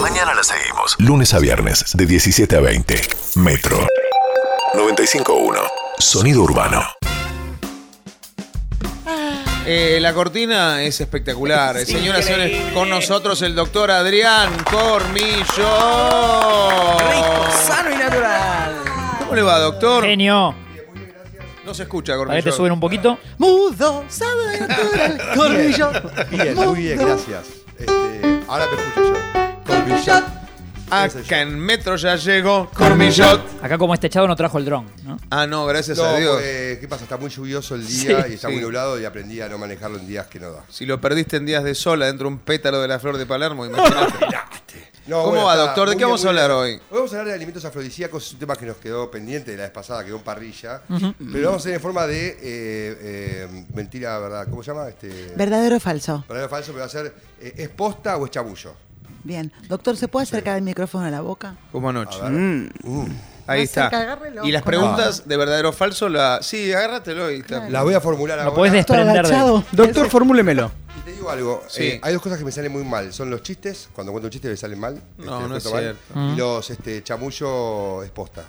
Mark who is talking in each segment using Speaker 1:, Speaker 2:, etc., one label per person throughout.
Speaker 1: Mañana la seguimos. Lunes a viernes, de 17 a 20. Metro. 95.1. Sonido urbano.
Speaker 2: Eh, la cortina es espectacular.
Speaker 3: Es
Speaker 2: Señoras y señores,
Speaker 3: increíble.
Speaker 2: con nosotros el doctor Adrián Cormillo.
Speaker 3: Rico, sano y natural.
Speaker 2: ¿Cómo le va, doctor?
Speaker 4: Genio.
Speaker 2: No se escucha,
Speaker 4: Para que te
Speaker 2: Cormillo.
Speaker 4: suben un poquito.
Speaker 3: Mudo, sano y natural. Corbillo.
Speaker 5: Bien, muy bien, gracias. Este, ahora te escucho yo.
Speaker 3: Corbillo.
Speaker 2: Acá Ah, en Metro ya llegó Cormillot.
Speaker 4: Acá como este chavo no trajo el dron, ¿no?
Speaker 2: Ah, no, gracias
Speaker 5: No,
Speaker 2: a Dios.
Speaker 5: porque, ¿Qué pasa? Está muy lluvioso el día
Speaker 2: Sí,
Speaker 5: y está
Speaker 2: sí.
Speaker 5: muy nublado y aprendí a no manejarlo en días que no da.
Speaker 2: Si lo perdiste en días de sol adentro de un pétalo de la flor de Palermo, imagínate.
Speaker 5: No,
Speaker 2: ¿Cómo va, doctor? ¿De
Speaker 5: muy
Speaker 2: qué vamos
Speaker 5: muy
Speaker 2: a hablar hoy?
Speaker 5: Hoy vamos a hablar de alimentos afrodisíacos, es un tema que nos quedó pendiente de la vez pasada, quedó en parrilla. Pero lo vamos a hacer en forma de eh, eh, mentira, ¿verdad? ¿Cómo se llama? Este,
Speaker 6: ¿Verdadero o falso?
Speaker 5: verdadero o falso, pero va a ser eh, ¿es posta o es chamullo?
Speaker 6: Bien. Doctor, ¿se puede acercar el micrófono a la boca?
Speaker 2: Como anoche. Mm.
Speaker 5: A ver.
Speaker 2: Ahí
Speaker 6: Más
Speaker 2: está.
Speaker 6: cerca, agárrelo.
Speaker 2: Y las preguntas de verdadero o falso, la... sí, agárratelo y está.
Speaker 5: La voy a formular ahora.
Speaker 4: Lo podés
Speaker 6: Todo
Speaker 4: desprender de.
Speaker 6: agachado.
Speaker 7: Doctor, formúlemelo.
Speaker 5: Y te digo algo,
Speaker 2: Sí.
Speaker 5: eh, hay dos cosas que me salen muy mal. Son los chistes, cuando cuento un chiste me salen mal.
Speaker 2: No,
Speaker 5: los
Speaker 2: no es
Speaker 5: cuento mal.
Speaker 2: cierto.
Speaker 6: Mm.
Speaker 5: Y los este, chamullo es posta.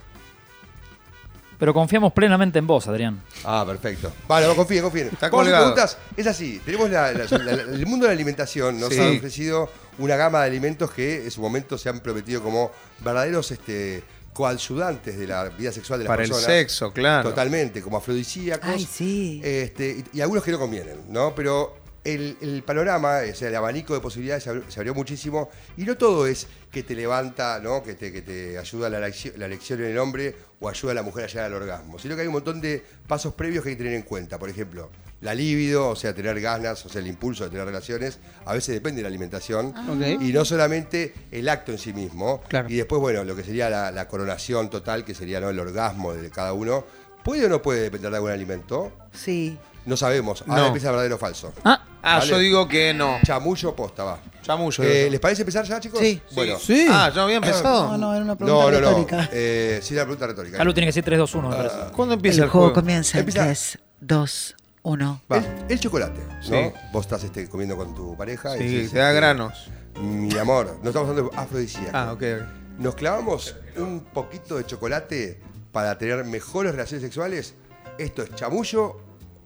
Speaker 4: Pero confiamos plenamente en vos, Adrián.
Speaker 5: Ah, perfecto. Vale, no, confíen, confíen.
Speaker 2: Está
Speaker 5: Vamos a hacer
Speaker 2: colgado.
Speaker 5: preguntas. Es así, tenemos la- la- la- la- el mundo de la alimentación nos
Speaker 2: Sí.
Speaker 5: ha ofrecido una gama de alimentos que en su momento se han prometido como verdaderos este, coayudantes de la vida sexual de las
Speaker 2: Para el
Speaker 5: personas.
Speaker 2: sexo, claro.
Speaker 5: Totalmente, como afrodisíacos.
Speaker 6: Ay, sí.
Speaker 5: Este, y, y algunos que no convienen, ¿no? Pero el, el panorama, o sea, el abanico de posibilidades se abrió, se abrió muchísimo. Y no todo es que te levanta, ¿no? Que te, que te ayuda la elección, la erección en el hombre o ayuda a la mujer a llegar al orgasmo. Sino que hay un montón de pasos previos que hay que tener en cuenta. Por ejemplo, la libido, o sea, tener ganas, o sea, el impulso de tener relaciones. A veces depende de la alimentación.
Speaker 7: Ok.
Speaker 5: Y no solamente el acto en sí mismo.
Speaker 7: Claro.
Speaker 5: Y después, bueno, lo que sería la, la coronación total, que sería ¿no? el orgasmo de cada uno. ¿Puede o no puede depender de algún alimento?
Speaker 6: Sí.
Speaker 5: No sabemos. Ahora
Speaker 2: No.
Speaker 5: empieza verdadero o falso.
Speaker 4: Ah,
Speaker 2: Ah,
Speaker 5: Vale.
Speaker 2: yo digo que no.
Speaker 5: Chamullo posta, va.
Speaker 2: Chamullo.
Speaker 5: Eh,
Speaker 2: digo.
Speaker 5: ¿Les parece empezar ya, chicos?
Speaker 6: Sí.
Speaker 5: Bueno.
Speaker 7: Sí.
Speaker 2: Ah, ¿ya había empezado?
Speaker 6: No, no, era una pregunta
Speaker 5: No, no, no.
Speaker 6: retórica.
Speaker 5: Eh, sí, la pregunta retórica.
Speaker 4: Calu tiene que ser 3-2-1, me parece.
Speaker 2: ¿Cuándo
Speaker 6: El,
Speaker 2: empieza el,
Speaker 6: juego, comienza en
Speaker 5: Empieza.
Speaker 6: 3, 2, 1.
Speaker 2: Va.
Speaker 5: El, el chocolate, ¿no?
Speaker 2: Sí.
Speaker 5: Vos estás este, comiendo con tu pareja. y
Speaker 2: Sí,
Speaker 5: decís,
Speaker 2: te da
Speaker 5: este,
Speaker 2: granos.
Speaker 5: Mi amor, no estamos hablando de afrodisíaco.
Speaker 2: Ah, ok, ok.
Speaker 5: ¿Nos clavamos un poquito de chocolate para tener mejores relaciones sexuales? ¿Esto es chamullo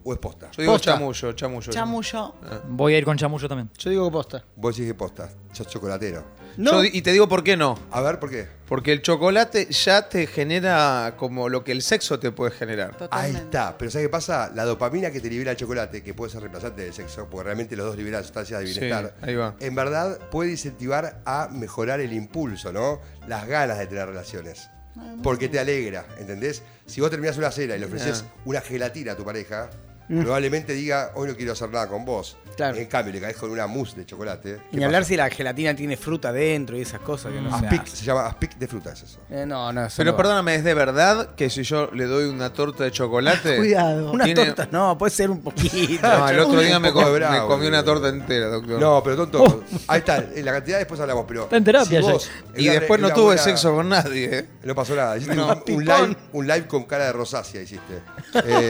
Speaker 5: o es posta?
Speaker 2: Yo digo
Speaker 7: Posta.
Speaker 2: chamullo, chamullo.
Speaker 6: Chamullo.
Speaker 5: Ah,
Speaker 4: Voy a ir con Chamullo también.
Speaker 7: Yo digo que posta.
Speaker 5: Vos decís que posta, sos chocolatero.
Speaker 2: Yo
Speaker 7: No.
Speaker 2: di- y te digo por qué no.
Speaker 5: A ver, ¿por qué?
Speaker 2: Porque el chocolate ya te genera como lo que el sexo te puede generar.
Speaker 5: Ahí está, pero ¿sabes qué pasa? La dopamina que te libera el chocolate, que puede ser reemplazante del sexo, porque realmente los dos liberan sustancias de
Speaker 2: Sí,
Speaker 5: bienestar,
Speaker 2: ahí va.
Speaker 5: en verdad puede incentivar a mejorar el impulso, ¿no? Las ganas de tener relaciones.
Speaker 2: Ah,
Speaker 5: Porque te alegra, ¿entendés? Si vos terminás una cena y le ofreces
Speaker 2: Ah. Mm.
Speaker 5: una gelatina a tu pareja, probablemente diga, hoy no quiero hacer nada con vos.
Speaker 7: Claro.
Speaker 5: En cambio, le caes con una mousse de chocolate.
Speaker 7: Ni hablar si la gelatina tiene fruta dentro y esas cosas que no se
Speaker 5: Aspic,
Speaker 7: hacen.
Speaker 5: se llama aspic de fruta, es eso.
Speaker 7: Eh, no, no, eso
Speaker 2: Pero
Speaker 7: no.
Speaker 2: perdóname, ¿es de verdad que si yo le doy una torta de chocolate?
Speaker 6: Cuidado.
Speaker 7: Unas
Speaker 2: tiene-
Speaker 7: tortas, no, puede ser un poquito.
Speaker 2: No, el otro día
Speaker 5: Un
Speaker 2: me,
Speaker 5: poco
Speaker 2: co-
Speaker 5: de bravo,
Speaker 2: me comí una
Speaker 5: boludo.
Speaker 2: torta entera, doctor.
Speaker 5: No, pero tonto. Ahí está, en la cantidad después hablamos, pero.
Speaker 4: Está en terapia,
Speaker 5: si vos-
Speaker 2: y
Speaker 5: en una-
Speaker 2: después
Speaker 5: en
Speaker 2: no
Speaker 5: una
Speaker 2: tuve
Speaker 5: buena-
Speaker 2: sexo con nadie. ¿eh?
Speaker 5: No pasó nada. Hiciste
Speaker 2: No.
Speaker 5: un, un live, un live con cara de rosácea hiciste. Eh,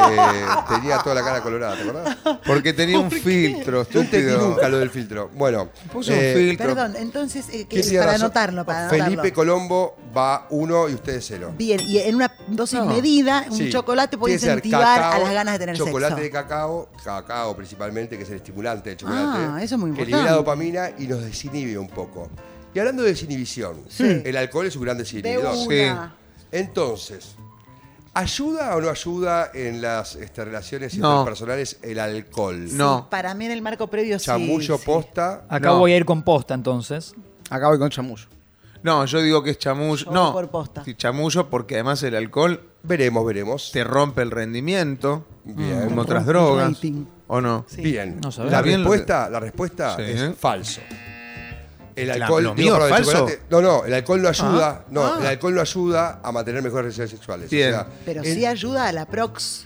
Speaker 5: tenía toda la cara colorada, ¿te acordás?
Speaker 2: Porque tenía un filtro,
Speaker 5: No entendí
Speaker 2: estúpido.
Speaker 5: nunca lo del filtro. Bueno. eh,
Speaker 2: Puso un filtro.
Speaker 6: Perdón, entonces, eh, que-
Speaker 5: ¿quién tiene
Speaker 6: para
Speaker 5: razón?
Speaker 6: anotarlo, para
Speaker 5: Felipe
Speaker 6: anotarlo.
Speaker 5: Colombo va uno y ustedes cero.
Speaker 6: Bien, y en una dosis
Speaker 2: No.
Speaker 6: medida, un
Speaker 5: Sí.
Speaker 6: chocolate puede
Speaker 5: Tiene que ser
Speaker 6: incentivar a
Speaker 5: cacao,
Speaker 6: las ganas de tener
Speaker 5: chocolate de
Speaker 6: sexo.
Speaker 5: cacao, cacao principalmente, que es el estimulante del chocolate.
Speaker 6: Ah, eso es muy
Speaker 5: Que libera
Speaker 6: importante.
Speaker 5: dopamina y nos desinhibe un poco. Y hablando de desinhibición, el alcohol es un gran
Speaker 6: De
Speaker 5: desinhibidor.
Speaker 6: una.
Speaker 5: Entonces, ¿ayuda o no ayuda en las este, relaciones
Speaker 2: No.
Speaker 5: interpersonales el alcohol?
Speaker 2: No.
Speaker 6: Para mí en el marco previo sí.
Speaker 5: Chamullo
Speaker 6: sí.
Speaker 5: posta.
Speaker 4: Acá
Speaker 2: No.
Speaker 4: voy a ir con posta entonces.
Speaker 7: Acá voy con chamullo.
Speaker 2: No, yo digo que es chamullo.
Speaker 6: Yo
Speaker 2: No,
Speaker 6: por posta.
Speaker 2: sí, chamullo porque además el alcohol
Speaker 5: Veremos, veremos.
Speaker 2: te rompe el rendimiento,
Speaker 5: Bien.
Speaker 2: como otras
Speaker 6: rompe el
Speaker 2: drogas.
Speaker 6: rating.
Speaker 2: ¿O no?
Speaker 5: Bien.
Speaker 4: Este, No sabemos.
Speaker 5: la,
Speaker 2: Bien lo
Speaker 5: respuesta, la respuesta
Speaker 2: Sí.
Speaker 5: es falso. El
Speaker 2: Claro,
Speaker 5: alcohol,
Speaker 2: lo mío
Speaker 5: digo,
Speaker 2: es
Speaker 5: perdón, el
Speaker 2: falso.
Speaker 5: chocolate- no, no, el alcohol no ayuda,
Speaker 2: Ah,
Speaker 5: no,
Speaker 2: ah.
Speaker 5: el alcohol no ayuda a mantener mejores relaciones sexuales.
Speaker 2: Bien.
Speaker 6: Pero
Speaker 5: en-
Speaker 6: sí ayuda a la prox.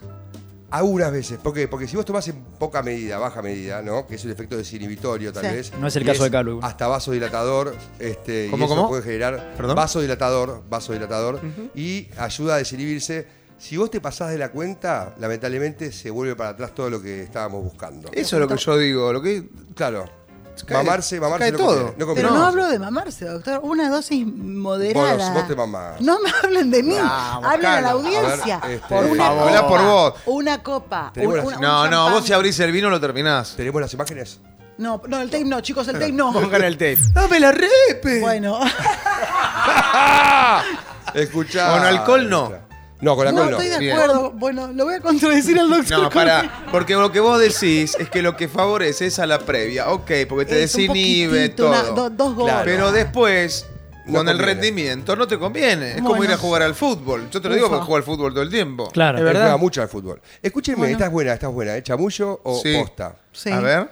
Speaker 5: Algunas veces. ¿Por qué? Porque si vos tomás en poca medida, baja medida, ¿no? Que es un efecto desinhibitorio, tal
Speaker 6: Sí.
Speaker 5: vez.
Speaker 4: No es el
Speaker 5: y
Speaker 4: caso de Calu.
Speaker 5: Hasta vasodilatador. Este,
Speaker 2: ¿Cómo,
Speaker 5: y eso
Speaker 2: cómo?
Speaker 5: puede generar
Speaker 2: ¿Perdón?
Speaker 5: vasodilatador, vasodilatador. Y ayuda a desinhibirse. Si vos te pasás de la cuenta, lamentablemente se vuelve para atrás todo lo que estábamos buscando.
Speaker 2: Eso es lo que yo digo. Lo que
Speaker 5: Claro.
Speaker 2: cae-
Speaker 5: mamarse,
Speaker 2: se
Speaker 5: mamarse
Speaker 2: cae
Speaker 5: no
Speaker 2: todo.
Speaker 5: conviene, no conviene.
Speaker 6: Pero no hablo de mamarse, doctor. Una dosis moderada.
Speaker 5: Vos- vos te mamás.
Speaker 6: No me hablen de mí.
Speaker 7: Vamos,
Speaker 6: Hablen a la
Speaker 7: Carlos.
Speaker 6: audiencia.
Speaker 5: A ver, este,
Speaker 6: por
Speaker 5: Por
Speaker 6: una
Speaker 2: favor.
Speaker 6: copa,
Speaker 2: Habla por vos.
Speaker 6: Una copa.
Speaker 5: Tenemos
Speaker 6: un-
Speaker 5: las-
Speaker 6: un
Speaker 2: No, no,
Speaker 6: champán.
Speaker 2: vos si abrís el vino lo terminás.
Speaker 5: ¿Tenemos las imágenes?
Speaker 6: No, no, el tape no, chicos, el tape no.
Speaker 7: Pongan el tape.
Speaker 2: ¡Dame la repe!
Speaker 6: Bueno,
Speaker 5: Escuchá.
Speaker 2: Con alcohol no.
Speaker 5: No, con
Speaker 6: no
Speaker 5: alcohol no.
Speaker 6: estoy de
Speaker 2: Bien.
Speaker 6: acuerdo. Bueno, lo voy a contradecir al doctor.
Speaker 2: No, pará, porque lo que vos decís es que lo que favorece es a la previa, ok, porque te
Speaker 6: Es un
Speaker 2: desinhibe
Speaker 6: poquitito,
Speaker 2: todo.
Speaker 6: una- do- dos goles.
Speaker 5: Claro.
Speaker 2: Pero después,
Speaker 5: No
Speaker 2: con el
Speaker 5: conviene.
Speaker 2: rendimiento, no te conviene. Es como
Speaker 6: Bueno.
Speaker 2: ir a jugar al fútbol. Yo te lo digo
Speaker 6: Ufa.
Speaker 2: porque juego al fútbol todo el tiempo.
Speaker 4: Claro.
Speaker 7: Es
Speaker 5: Me
Speaker 7: verdad.
Speaker 5: juega mucho al fútbol. Escúchenme,
Speaker 6: Bueno.
Speaker 5: esta es buena, esta es buena. ¿eh? ¿Chamullo o
Speaker 2: Sí.
Speaker 5: posta?
Speaker 6: Sí.
Speaker 2: A ver,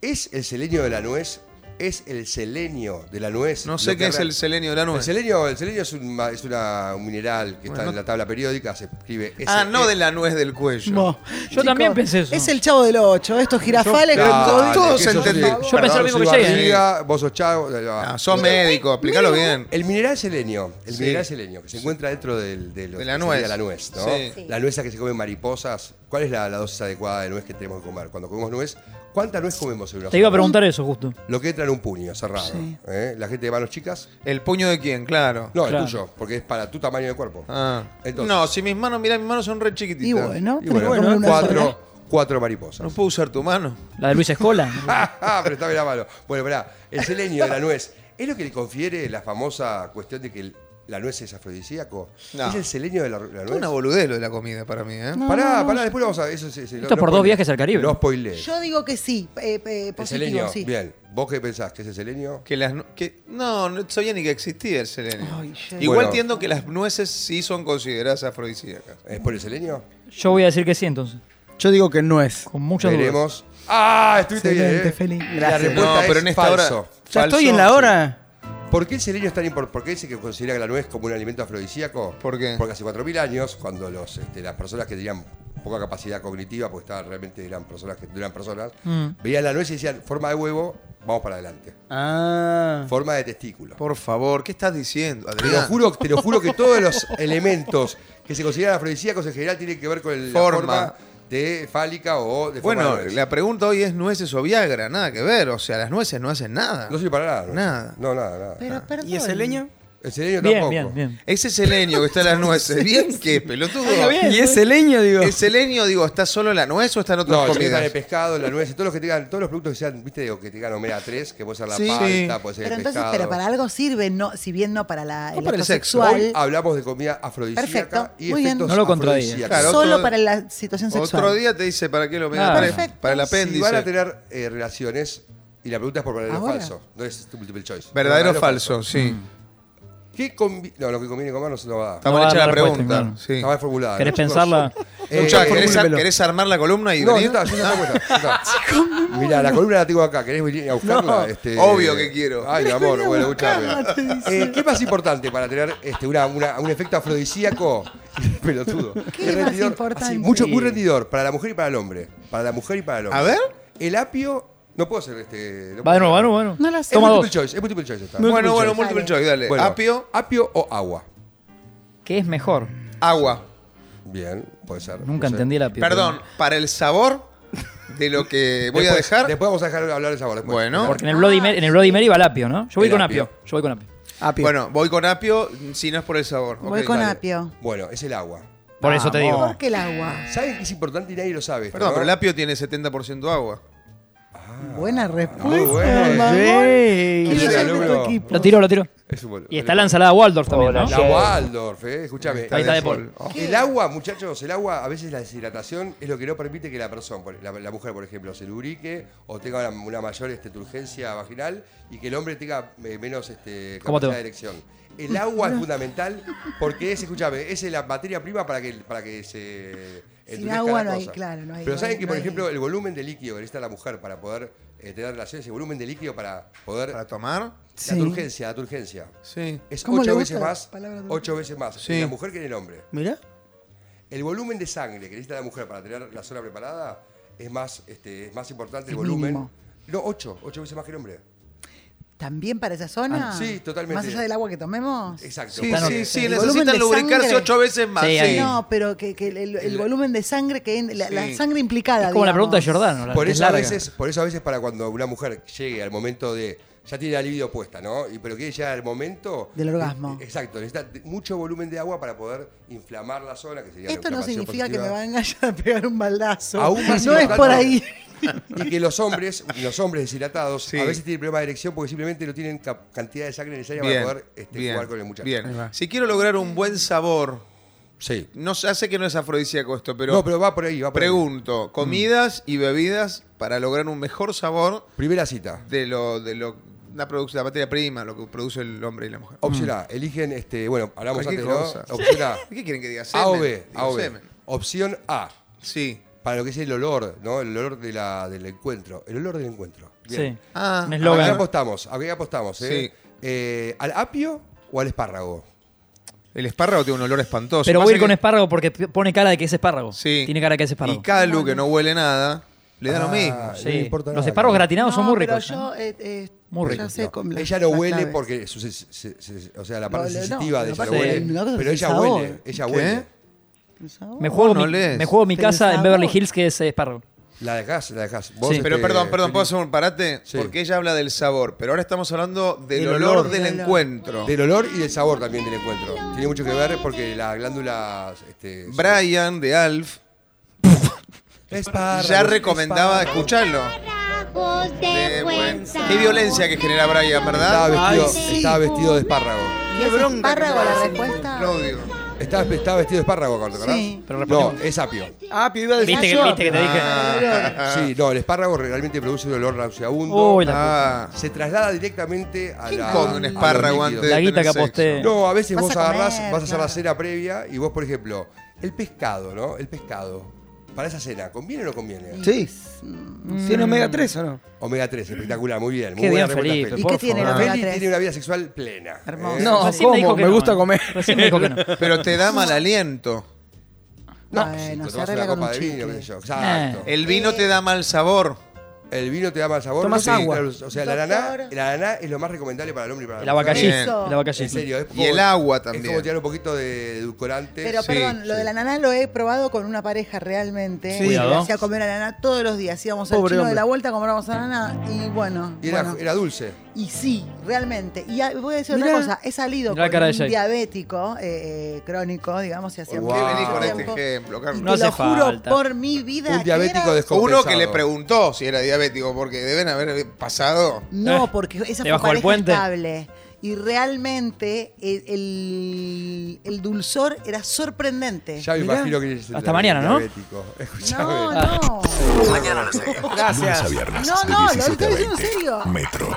Speaker 5: ¿Es el selenio de la nuez? ¿Es el selenio de la nuez?
Speaker 2: no sé
Speaker 5: lo
Speaker 2: qué
Speaker 5: que
Speaker 2: es
Speaker 5: real-
Speaker 2: el selenio de la
Speaker 5: El
Speaker 2: nuez.
Speaker 5: selenio, el selenio es, un, ma- es una, un mineral que está en la tabla periódica, se escribe S E
Speaker 2: Ah, no de la nuez del cuello.
Speaker 6: Mo. Chicos,
Speaker 4: también pensé eso.
Speaker 6: Es el chavo del 8, estos girafales.
Speaker 5: Dale,
Speaker 6: con todo-
Speaker 5: que
Speaker 2: todos
Speaker 5: yo soy-
Speaker 2: entendieron.
Speaker 4: Yo pensé lo mismo que
Speaker 5: soy
Speaker 4: Jay, ¿eh?
Speaker 5: barriga, Vos sos chavo.
Speaker 2: Ah, sos médico, explícalo bien.
Speaker 5: El mineral selenio, el
Speaker 2: Sí.
Speaker 5: mineral selenio, que se encuentra dentro del, de, lo
Speaker 2: De
Speaker 5: que
Speaker 2: la
Speaker 5: sería
Speaker 2: nuez.
Speaker 5: la nuez, ¿no?
Speaker 2: Sí.
Speaker 6: Sí.
Speaker 5: La nuez que se comen mariposas. ¿Cuál es la, la dosis adecuada de nuez que tenemos que comer? Cuando comemos nuez, ¿cuánta nuez comemos en una
Speaker 4: Te iba a
Speaker 5: sola?
Speaker 4: preguntar eso justo.
Speaker 5: Lo que entra en un puño cerrado. ¿eh? La gente de manos chicas.
Speaker 2: ¿El puño de quién? Claro.
Speaker 5: No,
Speaker 4: Claro.
Speaker 5: el tuyo, porque es para tu tamaño de cuerpo.
Speaker 2: Ah.
Speaker 5: Entonces.
Speaker 2: No, si mis manos, mirá, mis manos son re chiquititas.
Speaker 6: Y bueno,
Speaker 5: Y
Speaker 6: pero
Speaker 5: bueno,
Speaker 6: bueno, una sola.
Speaker 5: cuatro, cuatro
Speaker 2: No
Speaker 5: mariposas.
Speaker 2: puedo usar tu mano.
Speaker 4: La de Luis Escola.
Speaker 5: Ah, pero está bien la mano. Bueno, verá, el selenio de la nuez, ¿es lo que le confiere la famosa cuestión de que el- la nuez es afrodisíaco?
Speaker 2: No.
Speaker 5: ¿Es el selenio de la, la nuez?
Speaker 2: Es una boludez lo de la comida para mí, ¿eh?
Speaker 5: pará, pará, después lo vamos a... Eso, es- es-
Speaker 4: Esto es por dos
Speaker 5: spoilees.
Speaker 4: viajes al Caribe.
Speaker 5: No spoilees.
Speaker 6: Yo digo que sí, eh, eh,
Speaker 5: el
Speaker 6: positivo,
Speaker 5: selenio,
Speaker 6: sí.
Speaker 5: bien. ¿Vos qué pensás? ¿Que es el selenio?
Speaker 2: Que las nu- que no, no sabía ni que existía el selenio.
Speaker 6: Ay, Jay.
Speaker 2: Igual
Speaker 5: Bueno.
Speaker 2: entiendo que las nueces sí son consideradas afrodisíacas.
Speaker 5: ¿Es por el selenio?
Speaker 4: Yo voy a decir que sí, entonces.
Speaker 7: Yo digo que no es.
Speaker 4: Con muchas dudas.
Speaker 5: Veremos. ¡Ah! Estuviste bien,
Speaker 6: Excelente,
Speaker 5: ¿eh?
Speaker 6: Feli.
Speaker 5: La
Speaker 7: Gracias.
Speaker 5: respuesta es falso.
Speaker 7: Ya
Speaker 2: falso,
Speaker 7: estoy en la hora.
Speaker 5: ¿Por qué el selenio es tan importante? ¿Por qué dice que considera la nuez como un alimento afrodisíaco?
Speaker 2: ¿Por qué?
Speaker 5: Porque hace 4.000 años, cuando los, este, las personas que tenían poca capacidad cognitiva, porque estaban, realmente eran personas que no eran personas,
Speaker 6: Mm.
Speaker 5: veían la nuez y decían, forma de huevo, vamos para adelante.
Speaker 7: Ah.
Speaker 5: Forma de testículo.
Speaker 2: Por favor, ¿qué estás diciendo,
Speaker 5: Te lo,
Speaker 2: Adrián?
Speaker 5: juro, te lo juro que todos los elementos que se consideran afrodisíacos en general tienen que ver con el-
Speaker 2: Forma.
Speaker 5: la forma de fálica o de forma
Speaker 2: Bueno,
Speaker 5: de nuez.
Speaker 2: la pregunta hoy es nueces o Viagra, nada que ver. O sea, las nueces no hacen nada.
Speaker 5: No sirve para nada. ¿no?
Speaker 2: Nada.
Speaker 5: No, nada, nada.
Speaker 6: Pero perdón.
Speaker 7: ¿Y es el leño?
Speaker 5: El selenio
Speaker 4: Bien,
Speaker 5: tampoco.
Speaker 4: bien, bien.
Speaker 2: Ese selenio que está en las nueces, bien que pelotudo.
Speaker 7: ¿Y es el leño, digo?
Speaker 2: ¿El selenio, digo, está solo en la nuez o está en otras
Speaker 5: No, el que
Speaker 2: comidas?
Speaker 5: está en el pescado, en la nuez, todos los que tengan, todos los productos que sean, viste, o que tengan omega 3, que puede ser la
Speaker 2: Sí.
Speaker 5: palta, puede ser
Speaker 6: Pero
Speaker 5: el
Speaker 6: entonces,
Speaker 5: este, pescado.
Speaker 6: pero para algo sirve, no, si bien no para la,
Speaker 2: No
Speaker 6: el
Speaker 2: para el
Speaker 6: acto
Speaker 2: sexo.
Speaker 6: sexual,
Speaker 5: Hoy ah, hablamos de comida afrodisíaca
Speaker 6: Perfecto,
Speaker 5: y
Speaker 6: muy bien.
Speaker 5: efectos
Speaker 4: No lo contradiga.
Speaker 5: afrodisíacos.
Speaker 2: Claro,
Speaker 6: solo
Speaker 2: otro-
Speaker 6: para la situación sexual.
Speaker 2: Otro día te dice para qué lo omega
Speaker 4: Claro.
Speaker 2: 3,
Speaker 6: Perfecto.
Speaker 2: para el
Speaker 6: Si
Speaker 5: Si
Speaker 2: apéndice.
Speaker 5: van a tener eh, relaciones, y la pregunta es por verdadero o
Speaker 6: Ahora.
Speaker 5: falso, no es multiple choice.
Speaker 2: Verdadero o falso, sí.
Speaker 5: ¿Qué convi- no, lo que conviene comer no se lo va a
Speaker 2: Está
Speaker 5: dar.
Speaker 4: No
Speaker 2: mal
Speaker 4: va a
Speaker 2: hecha
Speaker 4: dar
Speaker 2: la
Speaker 4: respuesta,
Speaker 2: pregunta.
Speaker 4: claro.
Speaker 2: sí.
Speaker 5: Está mal formulada.
Speaker 4: ¿Querés
Speaker 5: No, chicos,
Speaker 4: pensarla?
Speaker 5: Eh,
Speaker 2: Escuchá, ¿querés,
Speaker 5: formúlemelo.
Speaker 2: querés armar la columna y
Speaker 5: No,
Speaker 2: venir?
Speaker 5: ya está, yo ya está puesta, ya está. Mirá, la columna la tengo acá. ¿Querés venir a buscarla? Este,
Speaker 2: Obvio que quiero.
Speaker 5: Ay, mi amor,
Speaker 6: venir a
Speaker 5: bueno,
Speaker 6: buscarla,
Speaker 5: muchas
Speaker 6: te
Speaker 5: gracias. Eh, ¿Qué más importante para tener este, una- una- un efecto afrodisíaco? Pelotudo.
Speaker 6: ¿Qué
Speaker 5: Es
Speaker 6: más
Speaker 5: rendidor,
Speaker 6: importante?
Speaker 5: así, mucho, muy
Speaker 7: Sí.
Speaker 5: rendidor para la mujer y para el hombre. Para la mujer y para el hombre.
Speaker 2: A ver.
Speaker 5: El apio. No puedo hacer este.
Speaker 4: Va
Speaker 5: no puedo
Speaker 4: de nuevo, va de
Speaker 5: hacer.
Speaker 4: nuevo, va de nuevo.
Speaker 6: No la sé.
Speaker 5: Es
Speaker 4: Toma
Speaker 5: multiple
Speaker 4: dos.
Speaker 5: choice, es multiple choice. Está.
Speaker 2: Bueno, bueno,
Speaker 6: choice.
Speaker 2: múltiple choice, dale.
Speaker 5: Bueno,
Speaker 2: Apio,
Speaker 5: Apio o agua.
Speaker 4: ¿Qué es mejor?
Speaker 2: agua.
Speaker 5: Bien, puede ser.
Speaker 4: Nunca
Speaker 5: no sé.
Speaker 4: entendí el apio.
Speaker 2: Perdón, para el sabor de lo que voy a
Speaker 5: Después-
Speaker 2: dejar.
Speaker 5: Después vamos a dejar hablar de sabor. después.
Speaker 2: Bueno.
Speaker 4: Porque en el Bloody Mary, en el Bloody Mary va el apio, ¿no? Yo voy
Speaker 5: El
Speaker 4: con
Speaker 5: apio.
Speaker 4: apio. Yo voy con apio.
Speaker 7: Apio.
Speaker 2: Bueno, voy con apio si no es por el sabor.
Speaker 6: Voy
Speaker 2: Ok,
Speaker 6: con
Speaker 2: dale.
Speaker 6: apio.
Speaker 5: Bueno, es el agua.
Speaker 4: Por eso te digo.
Speaker 6: ¿Por qué el agua?
Speaker 5: ¿Saben que es importante y nadie lo sabe? esto,
Speaker 2: Perdón,
Speaker 5: no?
Speaker 2: pero el apio tiene 70% agua.
Speaker 6: Buena respuesta.
Speaker 5: Ah, Muy bueno.
Speaker 6: mamón.
Speaker 7: Ey.
Speaker 6: ¿Quién
Speaker 5: Sí,
Speaker 6: es el de tu
Speaker 5: alumno.
Speaker 6: equipo?
Speaker 4: Lo tiro, lo tiro.
Speaker 5: Es un boludo.
Speaker 4: Y está la ensalada Waldorf también, ¿no?
Speaker 5: La Waldorf, eh, escúchame.
Speaker 4: Ahí está de Paul.
Speaker 2: Oh,
Speaker 5: El agua, muchachos, el agua, a veces la deshidratación es lo que no permite que la persona, por- la, la mujer, por ejemplo, se lubrique o tenga una, una mayor este, turgencia vaginal y que el hombre tenga eh, menos este,
Speaker 4: ¿Cómo te
Speaker 5: capacidad
Speaker 4: va?
Speaker 5: de erección. El agua es fundamental porque es, escúchame, es la materia prima para que, para que se. endurezca
Speaker 6: agua
Speaker 5: la
Speaker 6: no hay,
Speaker 5: cosa.
Speaker 6: claro, no hay-
Speaker 5: Pero
Speaker 6: no
Speaker 5: saben
Speaker 6: hay-
Speaker 5: que,
Speaker 6: no
Speaker 5: por
Speaker 6: hay-
Speaker 5: ejemplo, el volumen de líquido que necesita la mujer para poder eh, tener relaciones, el volumen de líquido para poder.
Speaker 2: ¿Para tomar?
Speaker 5: La
Speaker 6: Sí.
Speaker 5: turgencia, la turgencia.
Speaker 2: Sí.
Speaker 5: Es
Speaker 6: ¿Cómo le
Speaker 5: ocho
Speaker 6: gusta
Speaker 5: veces
Speaker 6: la
Speaker 5: más,
Speaker 6: palabra dulce?
Speaker 5: ocho veces más
Speaker 2: Sí.
Speaker 5: en la mujer que en el hombre.
Speaker 7: Mirá.
Speaker 5: El volumen de sangre que necesita la mujer para tener la zona preparada es más, este, es más importante el volumen.
Speaker 6: mínimo.
Speaker 5: No, ocho, ocho veces más que el hombre.
Speaker 6: ¿También para esa zona?
Speaker 5: Ah, sí, totalmente.
Speaker 6: ¿Más allá del agua que tomemos?
Speaker 5: Exacto.
Speaker 2: Sí,
Speaker 4: Están-
Speaker 2: sí, sí,
Speaker 6: el volumen
Speaker 2: necesitan
Speaker 6: de
Speaker 2: lubricarse
Speaker 6: sangre.
Speaker 2: ocho veces más.
Speaker 4: Sí,
Speaker 2: Sí,
Speaker 4: ahí.
Speaker 6: No, pero que, que el, el- el volumen de sangre que en- la, la
Speaker 5: Sí.
Speaker 6: sangre implicada.
Speaker 4: Es como la
Speaker 6: digamos.
Speaker 4: pregunta de Jordano. la-
Speaker 5: Por
Speaker 4: que es
Speaker 5: eso, a
Speaker 4: larga.
Speaker 5: veces, por eso a veces para cuando una mujer llegue al momento de... Ya tiene la libido puesta, ¿no? Y, pero quiere llegar al momento...
Speaker 6: Del orgasmo.
Speaker 5: Eh, Exacto, necesita de- mucho volumen de agua para poder inflamar la zona, que sería la
Speaker 6: Esto no
Speaker 5: inflamación
Speaker 6: significa que
Speaker 5: positiva.
Speaker 6: me van a pegar un baldazo.
Speaker 5: Aún más
Speaker 6: no es
Speaker 5: importante-
Speaker 6: por ahí.
Speaker 5: Y que los hombres, los hombres deshidratados,
Speaker 2: Sí.
Speaker 5: a veces tienen problemas de erección porque simplemente no tienen cap- cantidad de sangre necesaria
Speaker 2: Bien,
Speaker 5: para poder este,
Speaker 2: bien,
Speaker 5: jugar con el muchacho.
Speaker 2: bien. Si quiero lograr un buen sabor,
Speaker 5: Sí.
Speaker 2: no sé, ya sé que no es afrodisíaco esto, pero,
Speaker 5: no, pero va por ahí, va por ahí.
Speaker 2: pregunto, comidas y bebidas para lograr un mejor sabor
Speaker 5: Primera cita.
Speaker 2: de lo de lo la producción, la materia prima, lo que produce el hombre y la mujer.
Speaker 5: Opción A, eligen, este, bueno, hablamos
Speaker 2: Mm. Cualquier
Speaker 5: antes,
Speaker 2: cosa.
Speaker 5: ¿no? Opción A.
Speaker 2: ¿Qué quieren que diga?
Speaker 5: A o
Speaker 2: Semen.
Speaker 5: B,
Speaker 2: Digo
Speaker 5: A o B.
Speaker 2: semen.
Speaker 5: Opción A,
Speaker 2: Sí.
Speaker 5: para lo que es el olor, ¿no? El olor de la, del encuentro. El olor del encuentro.
Speaker 4: Sí.
Speaker 2: Ah, ¿a
Speaker 4: Un
Speaker 5: ¿A pues, qué
Speaker 4: eslogan.
Speaker 5: apostamos? ¿A qué apostamos? eh? Eh, ¿Al apio o al espárrago?
Speaker 2: El espárrago tiene un olor espantoso.
Speaker 4: Pero
Speaker 2: Pasa
Speaker 4: voy a ir
Speaker 2: que-
Speaker 4: con espárrago porque p- pone cara de que es espárrago.
Speaker 2: Sí.
Speaker 4: Tiene cara de que es espárrago.
Speaker 2: Y Calu, que no huele nada, le da lo
Speaker 5: Ah,
Speaker 2: mismo.
Speaker 4: Sí.
Speaker 5: no le importa
Speaker 4: Los
Speaker 5: nada.
Speaker 4: espárragos gratinados son muy ricos.
Speaker 6: Pero
Speaker 4: ¿no?
Speaker 6: yo, eh, eh,
Speaker 4: Muy
Speaker 6: ya
Speaker 4: ricos,
Speaker 6: sé con la-
Speaker 5: Ella no
Speaker 6: la
Speaker 5: huele
Speaker 6: clave.
Speaker 5: porque, su- se- se- se- o sea, la parte
Speaker 6: No, no,
Speaker 5: sensitiva
Speaker 6: no,
Speaker 5: de ella
Speaker 6: la
Speaker 5: no
Speaker 4: parte-
Speaker 5: huele,
Speaker 6: no, no,
Speaker 5: pero
Speaker 6: el
Speaker 5: ella
Speaker 6: sabor.
Speaker 5: huele, ella
Speaker 2: ¿Qué?
Speaker 5: huele.
Speaker 4: Me juego,
Speaker 2: no
Speaker 4: mi,
Speaker 2: lees.
Speaker 4: me juego mi
Speaker 6: Pero
Speaker 4: casa en
Speaker 6: sabor.
Speaker 4: Beverly Hills que es eh, espárrago.
Speaker 5: La dejás, la dejás.
Speaker 4: Sí.
Speaker 2: Pero
Speaker 5: este,
Speaker 2: perdón, perdón,
Speaker 5: Felipe,
Speaker 2: ¿puedo hacer un parate?
Speaker 5: Sí.
Speaker 2: Porque ella habla del sabor, pero ahora estamos hablando del
Speaker 6: Del
Speaker 2: olor,
Speaker 6: olor.
Speaker 2: del
Speaker 6: Del olor.
Speaker 2: encuentro.
Speaker 5: Del olor y del sabor también del encuentro. Tiene mucho que ver porque las glándulas... Este, son-
Speaker 2: Brian, de Alf,
Speaker 5: Espárragos,
Speaker 2: ya recomendaba
Speaker 5: espárragos.
Speaker 2: escucharlo.
Speaker 8: Carajos de
Speaker 2: De buen-
Speaker 8: cuenta.
Speaker 2: Qué violencia que genera Brian,
Speaker 5: Estaba
Speaker 2: ¿verdad?
Speaker 5: vestido,
Speaker 6: Ay, sí.
Speaker 5: estaba vestido de espárrago.
Speaker 6: ¿Y es espárrago la respuesta?
Speaker 2: Lo odio.
Speaker 5: Estaba, estaba vestido de espárrago, ¿te acordás?
Speaker 6: Sí.
Speaker 4: Pero
Speaker 5: no,
Speaker 4: respondemos.
Speaker 5: es apio.
Speaker 7: Ah, pero iba a decir
Speaker 4: ¿Viste que,
Speaker 7: yo.
Speaker 4: viste que te dije.
Speaker 2: Ah.
Speaker 5: Sí, no, el espárrago realmente produce un olor nauseabundo.
Speaker 4: Uy, la,
Speaker 2: Ah,
Speaker 5: Se traslada directamente a la...
Speaker 2: come un
Speaker 5: a los
Speaker 2: espárrago
Speaker 5: líquidos.
Speaker 2: antes de
Speaker 4: la guita
Speaker 2: tener
Speaker 4: que
Speaker 2: sexo?
Speaker 4: aposté.
Speaker 5: No, a veces
Speaker 6: Vas
Speaker 5: vos
Speaker 6: a comer,
Speaker 5: agarrás, vas a hacer la
Speaker 6: claro.
Speaker 5: cena previa y vos, por ejemplo, el pescado, ¿no? El pescado. Para esa cena, ¿conviene o no conviene?
Speaker 7: Sí. ¿Tiene omega 3 o no?
Speaker 5: Omega 3, espectacular, muy bien. Muy
Speaker 4: Qué
Speaker 5: buena
Speaker 4: bien,
Speaker 5: respuesta,
Speaker 4: Felipe.
Speaker 6: ¿Y
Speaker 4: por
Speaker 6: qué tiene
Speaker 4: favor.
Speaker 6: la
Speaker 5: Feli
Speaker 6: omega 3?
Speaker 5: tiene una vida sexual plena.
Speaker 6: Hermoso.
Speaker 5: ¿eh?
Speaker 7: No,
Speaker 4: Recién me dijo
Speaker 7: ¿cómo?
Speaker 4: que
Speaker 7: Me
Speaker 4: no.
Speaker 7: gusta comer.
Speaker 4: Recién me dijo que no.
Speaker 2: Pero te da mal aliento.
Speaker 5: No,
Speaker 6: Bueno,
Speaker 5: si
Speaker 6: se
Speaker 5: tomás
Speaker 6: arregla
Speaker 5: una
Speaker 6: con
Speaker 5: copa
Speaker 6: un
Speaker 5: de vino,
Speaker 6: chicle.
Speaker 5: qué sé
Speaker 4: Eh.
Speaker 5: yo. Exacto. El,
Speaker 2: El vino te da mal sabor.
Speaker 5: vino te da más sabor.
Speaker 7: Tomás
Speaker 5: Sí,
Speaker 7: agua.
Speaker 5: claro, o sea, la ananá,
Speaker 6: Doctor.
Speaker 5: el ananá es lo más recomendable para el hombre y para
Speaker 4: El
Speaker 5: la mujer.
Speaker 4: abacallí.
Speaker 2: Eso.
Speaker 4: El abacallí.
Speaker 5: En serio, es
Speaker 2: Y
Speaker 5: como-
Speaker 2: el agua
Speaker 5: Es
Speaker 2: también.
Speaker 5: como tirar un poquito de edulcorante.
Speaker 6: Pero
Speaker 2: Sí,
Speaker 6: perdón, lo
Speaker 2: sí.
Speaker 6: de la naná lo he probado con una pareja realmente.
Speaker 4: Sí.
Speaker 6: y
Speaker 4: Cuidado.
Speaker 6: le hacía comer a la naná todos los días. Íbamos al
Speaker 7: Pobre
Speaker 6: chino de
Speaker 7: hombre.
Speaker 6: la vuelta, comprábamos a la naná y bueno.
Speaker 5: y era,
Speaker 6: bueno.
Speaker 5: era dulce.
Speaker 6: Y sí, realmente. Y a- voy a decir
Speaker 7: Mirá.
Speaker 6: otra cosa. He salido
Speaker 4: Mirá la
Speaker 6: con
Speaker 4: cara de
Speaker 6: un
Speaker 4: Jay.
Speaker 6: diabético eh, eh, crónico, digamos, y hacía
Speaker 5: ¿Por
Speaker 2: ¿Qué
Speaker 5: Wow.
Speaker 2: venís con este
Speaker 6: tiempo.
Speaker 2: ejemplo,
Speaker 6: Y
Speaker 2: Carlos?
Speaker 4: No
Speaker 6: te
Speaker 4: hace
Speaker 6: lo juro
Speaker 4: falta.
Speaker 6: por mi vida.
Speaker 5: Un
Speaker 6: que
Speaker 5: diabético
Speaker 6: era-
Speaker 5: descompensado.
Speaker 2: Uno que le preguntó si era diabético, porque deben haber pasado.
Speaker 6: No, porque esa
Speaker 4: Eh, ¿Te
Speaker 6: fue
Speaker 4: bajó el
Speaker 6: pareja
Speaker 4: puente?
Speaker 6: estable. Y realmente el, el- el dulzor era sorprendente.
Speaker 5: Ya me
Speaker 7: Mirá.
Speaker 5: imagino que es
Speaker 4: Hasta mañana, ¿no?
Speaker 5: diabético. Escuchame.
Speaker 6: no, no.
Speaker 1: Mañana lo seguimos. Lunes a
Speaker 7: Gracias.
Speaker 1: viernes
Speaker 6: No,
Speaker 1: de
Speaker 6: no, lo
Speaker 1: 17 a
Speaker 6: estoy diciendo
Speaker 1: 20.
Speaker 6: serio.
Speaker 1: Metro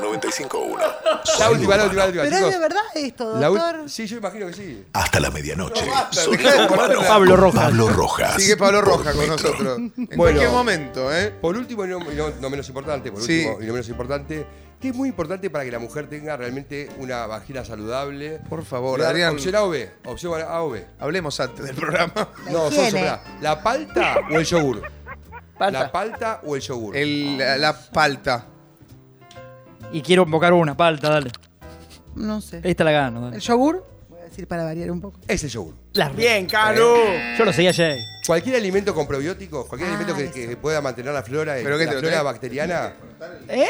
Speaker 1: 95.1.
Speaker 5: La
Speaker 1: Sonido
Speaker 5: última,
Speaker 1: urbano.
Speaker 5: la última, la última.
Speaker 6: Pero es
Speaker 5: chicos.
Speaker 6: de verdad esto,
Speaker 5: La ul-
Speaker 6: doctor.
Speaker 5: Sí, yo imagino que sí.
Speaker 1: Hasta la medianoche.
Speaker 2: basta,
Speaker 1: Sonido
Speaker 2: dejá de
Speaker 1: urbano.
Speaker 2: ponerla.
Speaker 4: Pablo Rojas.
Speaker 1: Pablo Rojas.
Speaker 2: Sigue Pablo
Speaker 1: por
Speaker 2: Roja con
Speaker 1: Metro.
Speaker 2: nosotros. En
Speaker 5: Bueno.
Speaker 2: cualquier momento, ¿eh?
Speaker 5: Por último, y no, y no- no menos importante, por
Speaker 2: Sí.
Speaker 5: último, y no menos importante, que es muy importante para que la mujer tenga realmente una vagina saludable.
Speaker 2: Por favor,
Speaker 5: Le da
Speaker 2: Adrián.
Speaker 5: Opción A o B. Opción A o B.
Speaker 2: Hablemos antes del programa.
Speaker 6: La
Speaker 5: No, son
Speaker 6: higiene.
Speaker 5: sobradas. ¿La palta o el yogur? ¿La
Speaker 7: Palta.
Speaker 5: palta o el yogur?
Speaker 2: El- la, la palta.
Speaker 4: Y quiero invocar una, palta, dale.
Speaker 6: No sé.
Speaker 4: Esta la gano. dale.
Speaker 6: El yogur, voy a decir para variar un poco.
Speaker 5: Es el yogur.
Speaker 4: La-
Speaker 7: Bien, Calu.
Speaker 4: Yo lo seguía ayer.
Speaker 5: Cualquier alimento con probióticos, cualquier
Speaker 6: Ah,
Speaker 5: alimento que, que pueda mantener la flora,
Speaker 2: ¿Pero qué
Speaker 5: la
Speaker 2: te lo
Speaker 5: flora
Speaker 2: traes?
Speaker 5: bacteriana. ¿Eh?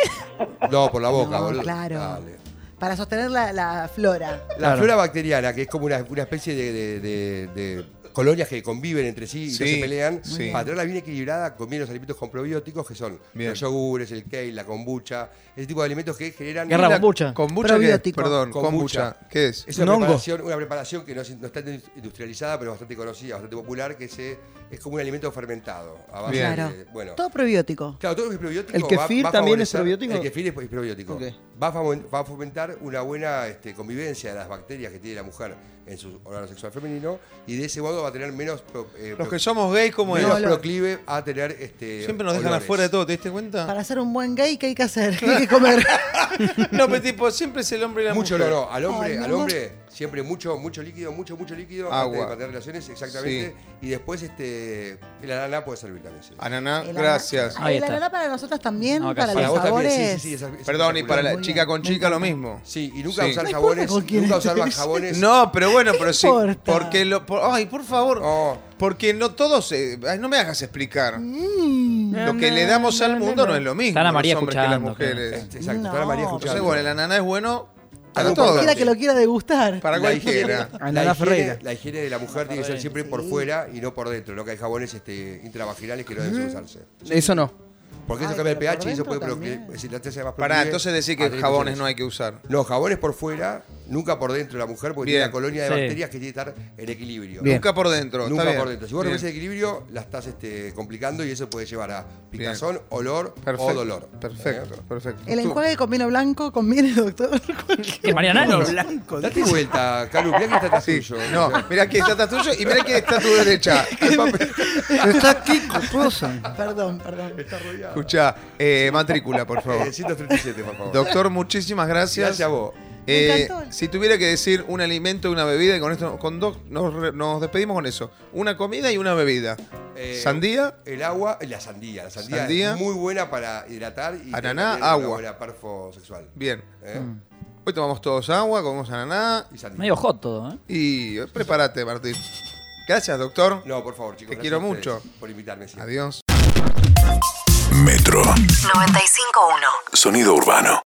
Speaker 5: No, por la boca,
Speaker 6: No,
Speaker 5: boludo.
Speaker 6: claro.
Speaker 5: Dale.
Speaker 6: Para sostener la, la flora.
Speaker 5: La
Speaker 4: Claro.
Speaker 5: flora bacteriana, que es como una, una especie de, de- de- de colonias que conviven entre sí y no
Speaker 2: Sí,
Speaker 5: se pelean,
Speaker 2: sí.
Speaker 5: para tenerla bien equilibrada, conviene los alimentos con probióticos que son
Speaker 2: Bien.
Speaker 5: los yogures, el kale, la kombucha, ese tipo de alimentos que generan.
Speaker 4: Guerra
Speaker 5: La-
Speaker 4: kombucha.
Speaker 2: Kombucha, ¿qué es?
Speaker 6: Probiótico.
Speaker 2: Perdón, kombucha. ¿Qué es?
Speaker 5: Es una
Speaker 7: Un hongo.
Speaker 5: preparación, una preparación que no, es- no está industrializada, pero bastante conocida, bastante popular, que se, es como un alimento fermentado. a base
Speaker 2: Bien.
Speaker 5: de-
Speaker 6: Claro.
Speaker 5: eh, bueno,
Speaker 6: Todo probiótico.
Speaker 5: Claro, todo lo que es probiótico.
Speaker 7: ¿El kefir
Speaker 5: a
Speaker 7: también es
Speaker 5: favorecer-
Speaker 7: probiótico?
Speaker 5: El kefir es es probiótico.
Speaker 7: Ok.
Speaker 5: Va, a famo- va a fomentar una buena este, convivencia de las bacterias que tiene la mujer en su órgano sexual femenino y de ese modo va a tener menos, pro- eh,
Speaker 2: Los
Speaker 5: pro-
Speaker 2: que somos gay, ¿cómo es?
Speaker 5: menos proclive a tener. Este,
Speaker 2: Siempre nos dejan
Speaker 5: olores.
Speaker 2: afuera de todo, ¿te diste cuenta?
Speaker 6: Para ser un buen gay, ¿qué hay que hacer? ¿Qué hay que comer?
Speaker 2: No, pero tipo, siempre es el hombre y la
Speaker 5: Mucho
Speaker 2: mujer.
Speaker 5: olor, no, al hombre,
Speaker 6: Ay, mi
Speaker 5: al
Speaker 6: amor.
Speaker 5: hombre Siempre mucho, mucho líquido, mucho, mucho líquido antes
Speaker 2: Agua.
Speaker 5: de mantener relaciones, exactamente. Y después este, el ananá puede servir también. sí.
Speaker 2: Ananá,
Speaker 6: El
Speaker 2: gracias.
Speaker 4: Ahí
Speaker 6: la
Speaker 4: está.
Speaker 6: verdad para nosotras también,
Speaker 4: No, acá
Speaker 6: para
Speaker 4: sí.
Speaker 6: los
Speaker 5: Ah, Para vos también,
Speaker 6: sabores.
Speaker 5: sí, sí, sí, es- es
Speaker 2: Perdón, y para la
Speaker 5: espectacular.
Speaker 2: chica con chica lo mismo.
Speaker 5: Sí, y nunca
Speaker 2: Sí.
Speaker 5: usar
Speaker 6: No importa
Speaker 5: jabones,
Speaker 6: con quién
Speaker 5: nunca usar
Speaker 6: estés.
Speaker 5: más jabones.
Speaker 2: No, pero bueno, pero sí.
Speaker 6: importa?
Speaker 2: Porque lo. por- ay, por favor.
Speaker 5: No.
Speaker 2: Porque no todos. eh, ay, no me hagas explicar. Lo que le damos al mundo no es lo mismo.
Speaker 4: Está la María
Speaker 2: los hombres que las
Speaker 4: escuchando, claro.
Speaker 2: mujeres.
Speaker 5: Este, Exacto,
Speaker 6: No,
Speaker 5: para María
Speaker 6: pero-
Speaker 5: escuchando.
Speaker 2: Entonces, bueno, el ananá es bueno para
Speaker 5: Algo
Speaker 2: todos.
Speaker 6: Cualquiera que lo quiera degustar.
Speaker 2: Para
Speaker 5: La higiene,
Speaker 2: cualquiera.
Speaker 5: la,
Speaker 7: Ananá
Speaker 5: higiene,
Speaker 7: Ferreira.
Speaker 5: la higiene de la mujer tiene que ser siempre por fuera y no por dentro. Lo que hay jabones este, intravaginales que no deben usarse.
Speaker 7: Eso no.
Speaker 5: Porque eso
Speaker 6: Ay,
Speaker 5: cambia el
Speaker 6: pero por
Speaker 5: pH y eso puede
Speaker 6: dentro
Speaker 5: provocar.
Speaker 6: también.
Speaker 5: Si la taza es
Speaker 2: Pará,
Speaker 5: más proclive
Speaker 2: entonces decir
Speaker 5: a
Speaker 2: que
Speaker 5: tener
Speaker 2: jabones
Speaker 5: infecciones.
Speaker 2: no hay que usar.
Speaker 5: No, jabones por fuera, nunca por dentro la mujer, porque
Speaker 2: Bien.
Speaker 5: tiene la colonia de
Speaker 4: Sí.
Speaker 5: bacterias que tiene que estar en equilibrio.
Speaker 7: Bien.
Speaker 2: Nunca por dentro. está
Speaker 5: Nunca
Speaker 2: bien.
Speaker 5: por dentro. Si vos
Speaker 2: Bien.
Speaker 5: rompes el equilibrio, la estás este, complicando y eso puede llevar a picazón, olor o
Speaker 2: Perfecto,
Speaker 5: oh, dolor.
Speaker 2: Perfecto,
Speaker 5: ¿Eh?
Speaker 2: perfecto.
Speaker 6: El
Speaker 2: Tú-
Speaker 6: enjuague con vino blanco conviene, doctor.
Speaker 4: ¿Qué, Mariana?
Speaker 7: Lo blanco.
Speaker 5: ¿Eh? Date vuelta, Calu, mirá que está atrás
Speaker 2: Sí,
Speaker 5: tuyo.
Speaker 2: no, mirá que está atrás tuyo y mirá que está a tu derecha. El papel.
Speaker 3: Está Kiko Prosa.
Speaker 6: perdón, perdón.
Speaker 2: Escuchá, eh, matrícula, por favor.
Speaker 5: Eh, 137, por favor.
Speaker 2: Doctor, muchísimas gracias.
Speaker 5: Gracias a vos.
Speaker 6: Me
Speaker 2: Eh,
Speaker 6: encantó.
Speaker 2: si tuviera que decir un alimento y una bebida, y con esto, con dos, nos, re- nos despedimos con eso. Una comida y una bebida.
Speaker 5: Eh,
Speaker 2: Sandía,
Speaker 5: El agua, eh, la sandía. La sandía,
Speaker 2: Sandía.
Speaker 5: es muy buena para hidratar y
Speaker 2: Ananá,
Speaker 5: tener una
Speaker 2: agua.
Speaker 5: buena perfo sexual.
Speaker 2: bien.
Speaker 5: ¿Eh?
Speaker 2: Hoy tomamos todos agua, comemos ananá
Speaker 5: Y sandía.
Speaker 4: Medio hot todo, ¿eh?
Speaker 2: y eh, prepárate, Martín. Gracias, doctor.
Speaker 5: No, por favor, chicos.
Speaker 2: Te
Speaker 5: gracias
Speaker 2: quiero
Speaker 5: a ustedes
Speaker 2: mucho.
Speaker 5: Por invitarme. siempre.
Speaker 2: Adiós.
Speaker 1: Metro.
Speaker 8: 95.1.
Speaker 1: Sonido urbano.